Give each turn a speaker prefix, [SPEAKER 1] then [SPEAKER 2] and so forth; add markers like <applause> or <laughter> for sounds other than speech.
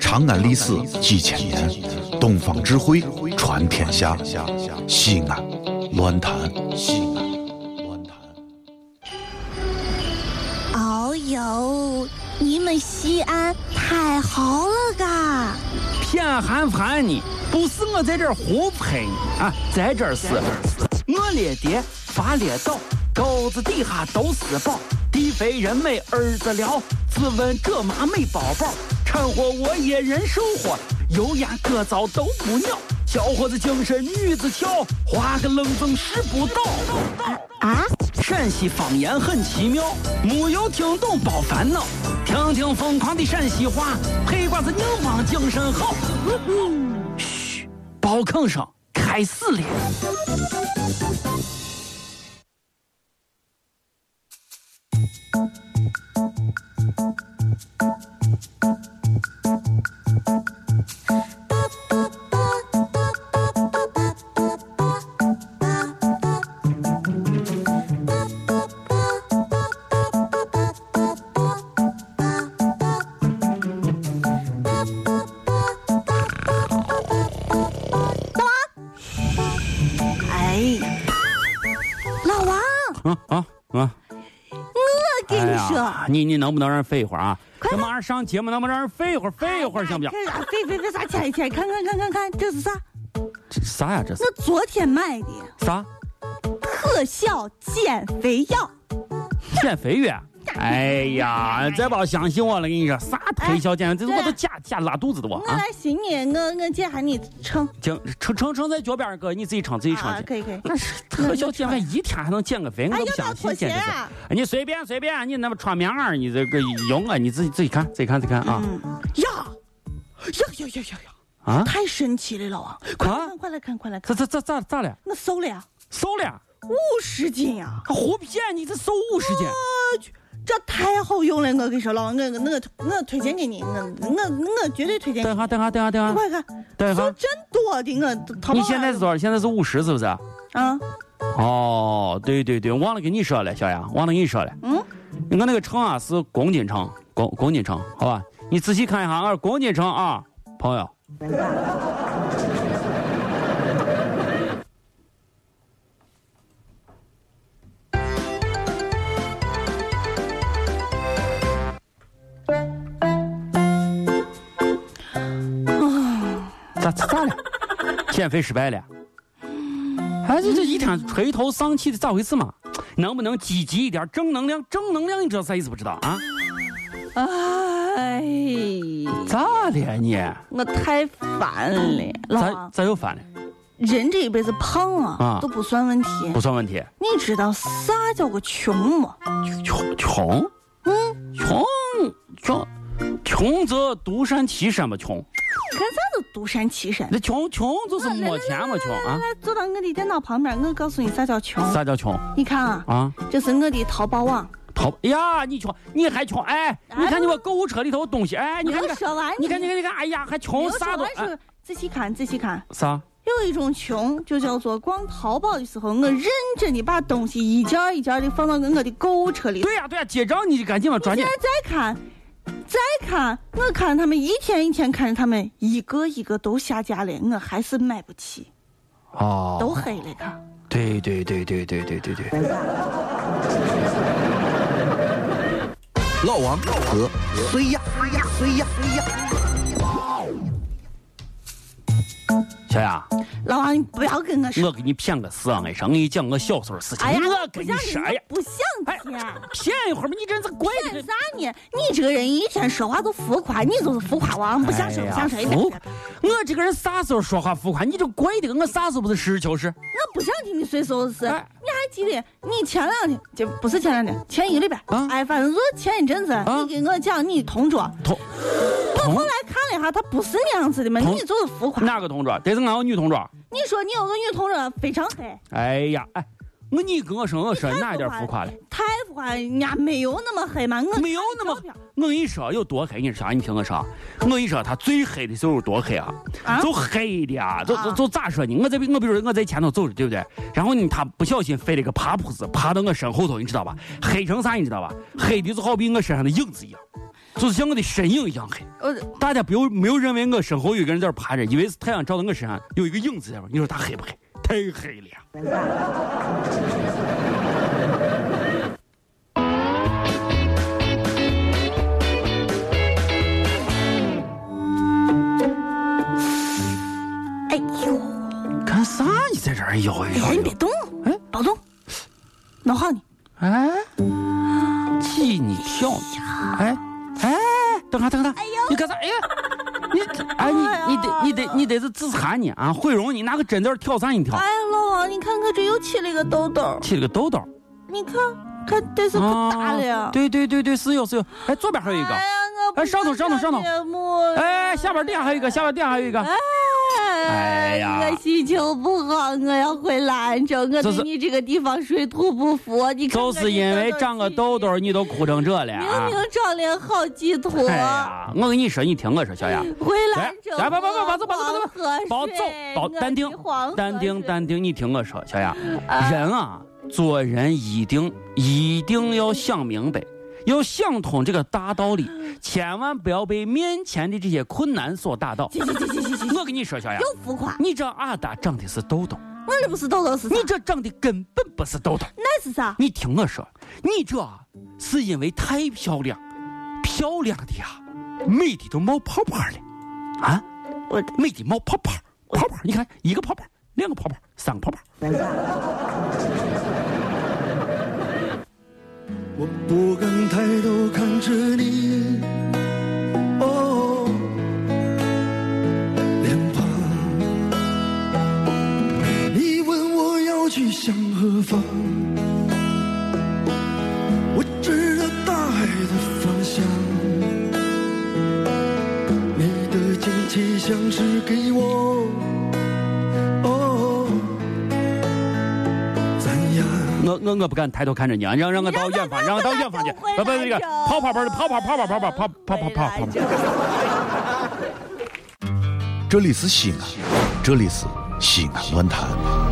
[SPEAKER 1] 长安历史几千年，东方智慧传天下。西安，乱谈西安，乱谈。
[SPEAKER 2] 哦呦，你们西安太好了嘎！
[SPEAKER 3] 偏寒寒你，不是我在这儿胡喷你啊，在这儿是，我列爹发列倒，沟子底下都是宝，地肥人美儿子了，自问这妈美宝宝，掺和我也人生活，油盐各糟都不尿，小伙子精神女子俏，花个愣风拾不倒。
[SPEAKER 2] 啊，
[SPEAKER 3] 陕西方言很奇妙，没有听懂别烦恼，听听疯狂的陕西话，黑瓜子硬邦精神好。嘘，包吭声开始了。
[SPEAKER 2] 哎，老王，
[SPEAKER 4] 啊啊啊！
[SPEAKER 2] 我跟你说，
[SPEAKER 4] 哎呀你你能不能让人废一会儿啊？
[SPEAKER 2] 快
[SPEAKER 4] 这马上上节目，能不能让人废一会儿？废一会儿行不行？
[SPEAKER 2] 这啊，别别别，咱前一天看看看看看，这是啥？
[SPEAKER 4] 这啥呀？这是
[SPEAKER 2] 我昨天买的
[SPEAKER 4] 啥？
[SPEAKER 2] 特效减肥药，
[SPEAKER 4] 减肥药？哎
[SPEAKER 2] <laughs>
[SPEAKER 4] 呀，再不相信我了，跟你说，啥推销减肥，这
[SPEAKER 2] 哎
[SPEAKER 4] 我都假假拉肚子的我
[SPEAKER 2] 我
[SPEAKER 4] 啊！
[SPEAKER 2] 来寻你，我我借下你称
[SPEAKER 4] 行，称称称在脚边儿哥，你自己称自己称
[SPEAKER 2] 啊，
[SPEAKER 4] 去。
[SPEAKER 2] 可以可以。
[SPEAKER 4] <laughs> 那是特效减肥，一天还能减个肥，我
[SPEAKER 2] 哎
[SPEAKER 4] 都不
[SPEAKER 2] 要不要
[SPEAKER 4] 相信
[SPEAKER 2] 妥协
[SPEAKER 4] 简直是。
[SPEAKER 2] 啊
[SPEAKER 4] 哎你随便随便，你那么穿棉袄，你这个用啊，你自己自己看，自己看，自己看啊
[SPEAKER 2] 嗯，呀呀呀呀呀呀，
[SPEAKER 4] 啊！
[SPEAKER 2] 太神奇了，老王，快来看快来看快来看，
[SPEAKER 4] 咋咋咋咋咋了？
[SPEAKER 2] 我瘦了呀，
[SPEAKER 4] 瘦了呀？
[SPEAKER 2] 五十斤呀！
[SPEAKER 4] 胡骗你，这瘦五十斤。
[SPEAKER 2] 我去，这太好用了！我跟你说，老王，我我我推荐给你，我我我绝对推荐给
[SPEAKER 4] 等一
[SPEAKER 2] 你。
[SPEAKER 4] 下，等一下，等一下，等一下。
[SPEAKER 2] 快看，
[SPEAKER 4] 等一
[SPEAKER 2] 说
[SPEAKER 4] 下
[SPEAKER 2] 真多的，我淘宝
[SPEAKER 4] 你现在是多少？现在是五十，是不是？
[SPEAKER 2] 啊？
[SPEAKER 4] 哦，对对对，忘了跟你说了，小杨，忘了跟你说了。
[SPEAKER 2] 嗯，
[SPEAKER 4] 我那个秤啊是公斤秤，公公斤秤，好吧？你仔细看一下，啊，公斤秤啊，朋友。咋咋了？减肥失败了？哎，这这一天垂头丧气的，咋回事嘛？能不能积极一点，正能量，正能量，你知道啥意思不知道啊？
[SPEAKER 2] 哎，
[SPEAKER 4] 咋的呀你？
[SPEAKER 2] 我太烦了，老
[SPEAKER 4] 咋
[SPEAKER 2] 王，
[SPEAKER 4] 咋又翻了？
[SPEAKER 2] 人这一辈子胖啊
[SPEAKER 4] 啊
[SPEAKER 2] 都不算问题。
[SPEAKER 4] 不算问题。
[SPEAKER 2] 你知道啥叫个穷吗？
[SPEAKER 4] 穷穷，嗯，穷穷穷则独善其身嘛，穷。
[SPEAKER 2] 看啥都独善其身。
[SPEAKER 4] 那穷穷就是没钱嘛，穷啊。
[SPEAKER 2] 来，坐到我的电脑旁边，我告诉你啥叫穷。
[SPEAKER 4] 啥叫穷
[SPEAKER 2] 你看啊，
[SPEAKER 4] 啊？
[SPEAKER 2] 这是我的淘宝网。
[SPEAKER 4] 淘哎呀，你穷，你还穷，哎，你看你我购物车里头东西，哎，你看你看，
[SPEAKER 2] 说完，
[SPEAKER 4] 你看你看你看，哎呀，还
[SPEAKER 2] 没
[SPEAKER 4] 穷
[SPEAKER 2] 有说
[SPEAKER 4] 啥都
[SPEAKER 2] 完
[SPEAKER 4] 哎
[SPEAKER 2] 说，仔细看，仔细看。
[SPEAKER 4] 啥？
[SPEAKER 2] 有一种穷，就叫做逛淘宝的时候，我认真的把东西一件儿一件的放到我的购物车里。
[SPEAKER 4] 对呀对呀，结账你就赶紧嘛，抓紧
[SPEAKER 2] 现。在再看，再看，我看他们一天一天看着他们一个一个都下架了，我还是买不起，
[SPEAKER 4] 哦
[SPEAKER 2] 都黑了他。
[SPEAKER 4] 对对对对对对对对。
[SPEAKER 1] 老王和谁呀？谁呀？谁呀？
[SPEAKER 4] 小雅，
[SPEAKER 2] 老王，你不要跟我说，
[SPEAKER 4] 我给你骗个事啊！俺说，我给你讲我小时候的事情。
[SPEAKER 2] 哎呀，
[SPEAKER 4] 我
[SPEAKER 2] 不
[SPEAKER 4] 跟你
[SPEAKER 2] 像
[SPEAKER 4] 说，哎
[SPEAKER 2] 你
[SPEAKER 4] 呀，
[SPEAKER 2] 不像
[SPEAKER 4] 哎
[SPEAKER 2] 天，， <laughs>
[SPEAKER 4] 骗一会儿吧，你真是怪
[SPEAKER 2] 干
[SPEAKER 4] 的。
[SPEAKER 2] 啥呢？你这个人一天说话都浮夸，你就是浮夸王，不像谁
[SPEAKER 4] 哎
[SPEAKER 2] 不
[SPEAKER 4] 呀
[SPEAKER 2] 像谁。
[SPEAKER 4] 浮夸我这个人啥时候说话浮夸？你就怪的，我啥时候不是实事求是？
[SPEAKER 2] 我不想听你碎手事，你
[SPEAKER 4] 哎
[SPEAKER 2] 还记得你前两天就不是前两天，前一个礼拜，
[SPEAKER 4] 啊
[SPEAKER 2] 哎，反正就前一阵子，你给我讲你同桌，
[SPEAKER 4] 同
[SPEAKER 2] 我后来看了一下，他不是那样子的嘛，
[SPEAKER 4] 同
[SPEAKER 2] 你就是浮夸。
[SPEAKER 4] 哪个同桌？这是俺有女同桌。
[SPEAKER 2] 你说你有个女同桌非常黑，
[SPEAKER 4] 哎呀，哎，我你跟我说，我说哪一点浮夸了？
[SPEAKER 2] 太浮夸，啊人家没有那么黑嘛，我
[SPEAKER 4] 没有那么
[SPEAKER 2] 看你照片，
[SPEAKER 4] 我跟你说有多黑，你说啥？你听我说，我跟你说他最黑的时候有多黑啊
[SPEAKER 2] 啊？
[SPEAKER 4] 就黑的啊，就
[SPEAKER 2] 啊
[SPEAKER 4] 就就咋说呢？我在我比如说我在前头走着，对不对？然后呢，他不小心飞了个爬扑子，爬到我身后头，你知道吧？黑成啥你知道吧？黑的就好比我身上的影子一样。就是像我的身影一样黑。
[SPEAKER 2] 呃，
[SPEAKER 4] 大家不要没有认为我身后有个人在这爬着，以为是太阳照到我身上有一个影子在那儿你说他黑不黑？太黑了呀！
[SPEAKER 2] 哎呦，
[SPEAKER 4] 干啥你在这儿摇一摇
[SPEAKER 2] 哎，你别动，
[SPEAKER 4] 哎
[SPEAKER 2] 别动，弄好你。
[SPEAKER 4] 哎，气啊你跳你，哎哎，等下等下，你干啥？哎呀，你哎你你得你得你得是自残你啊！毁容你拿个针头挑啥你挑？
[SPEAKER 2] 哎，老王，你看我这又起了一个痘痘，
[SPEAKER 4] 起了个痘痘
[SPEAKER 2] 你看，看这是可大了呀。
[SPEAKER 4] 啊对对对对，是有是有。哎，左边还有一个
[SPEAKER 2] 哎，呀，我不
[SPEAKER 4] 哎上头上头上头
[SPEAKER 2] 看节目。
[SPEAKER 4] 哎，下边底下还有一个，下边底下还有一个。哎
[SPEAKER 2] 哎
[SPEAKER 4] 呀
[SPEAKER 2] 我心情不好，我要回兰州，我
[SPEAKER 4] 就
[SPEAKER 2] 对
[SPEAKER 4] 是
[SPEAKER 2] 你这个地方水土不服。你看
[SPEAKER 4] 就
[SPEAKER 2] 我这
[SPEAKER 4] 是因为长个痘痘，你都哭成这了
[SPEAKER 2] 明
[SPEAKER 4] 啊
[SPEAKER 2] 明！长了好几坨。
[SPEAKER 4] 哎呀，我跟你说，你听我啊说，小雅，
[SPEAKER 2] 回兰州，
[SPEAKER 4] 来来别别别别走别走别走别
[SPEAKER 2] 保
[SPEAKER 4] 走，保淡定，淡定，淡定。你听我说，小雅，
[SPEAKER 2] 啊
[SPEAKER 4] 人啊，做人一定一定要想明白，要想通这个大道理，千万不要被面前的这些困难所打倒。
[SPEAKER 2] 行行行行行行，
[SPEAKER 4] 我跟你说，小雅，
[SPEAKER 2] 又浮夸，
[SPEAKER 4] 你这阿达长的是痘痘，
[SPEAKER 2] 我这不是痘痘是啥
[SPEAKER 4] 你？这长的根本不是痘痘。
[SPEAKER 2] 那是啥？
[SPEAKER 4] 你听我说，你这啊是因为太漂亮，漂亮的呀，美的都冒泡泡了，啊，
[SPEAKER 2] 我
[SPEAKER 4] 美的冒泡泡，泡泡，你看一个泡泡，两个泡泡，三个泡泡，
[SPEAKER 5] 我不敢抬头看着你，哦，脸庞。你问我要去向何方，我指着大海的方向。你的剑气像是给我，哦，赞扬。
[SPEAKER 4] 我我我不敢抬头看着你啊，让让我到远方，让我到远方去，不不那个泡泡泡泡泡泡泡泡泡泡泡泡泡泡。
[SPEAKER 1] 这里是西安，这里是西安论坛。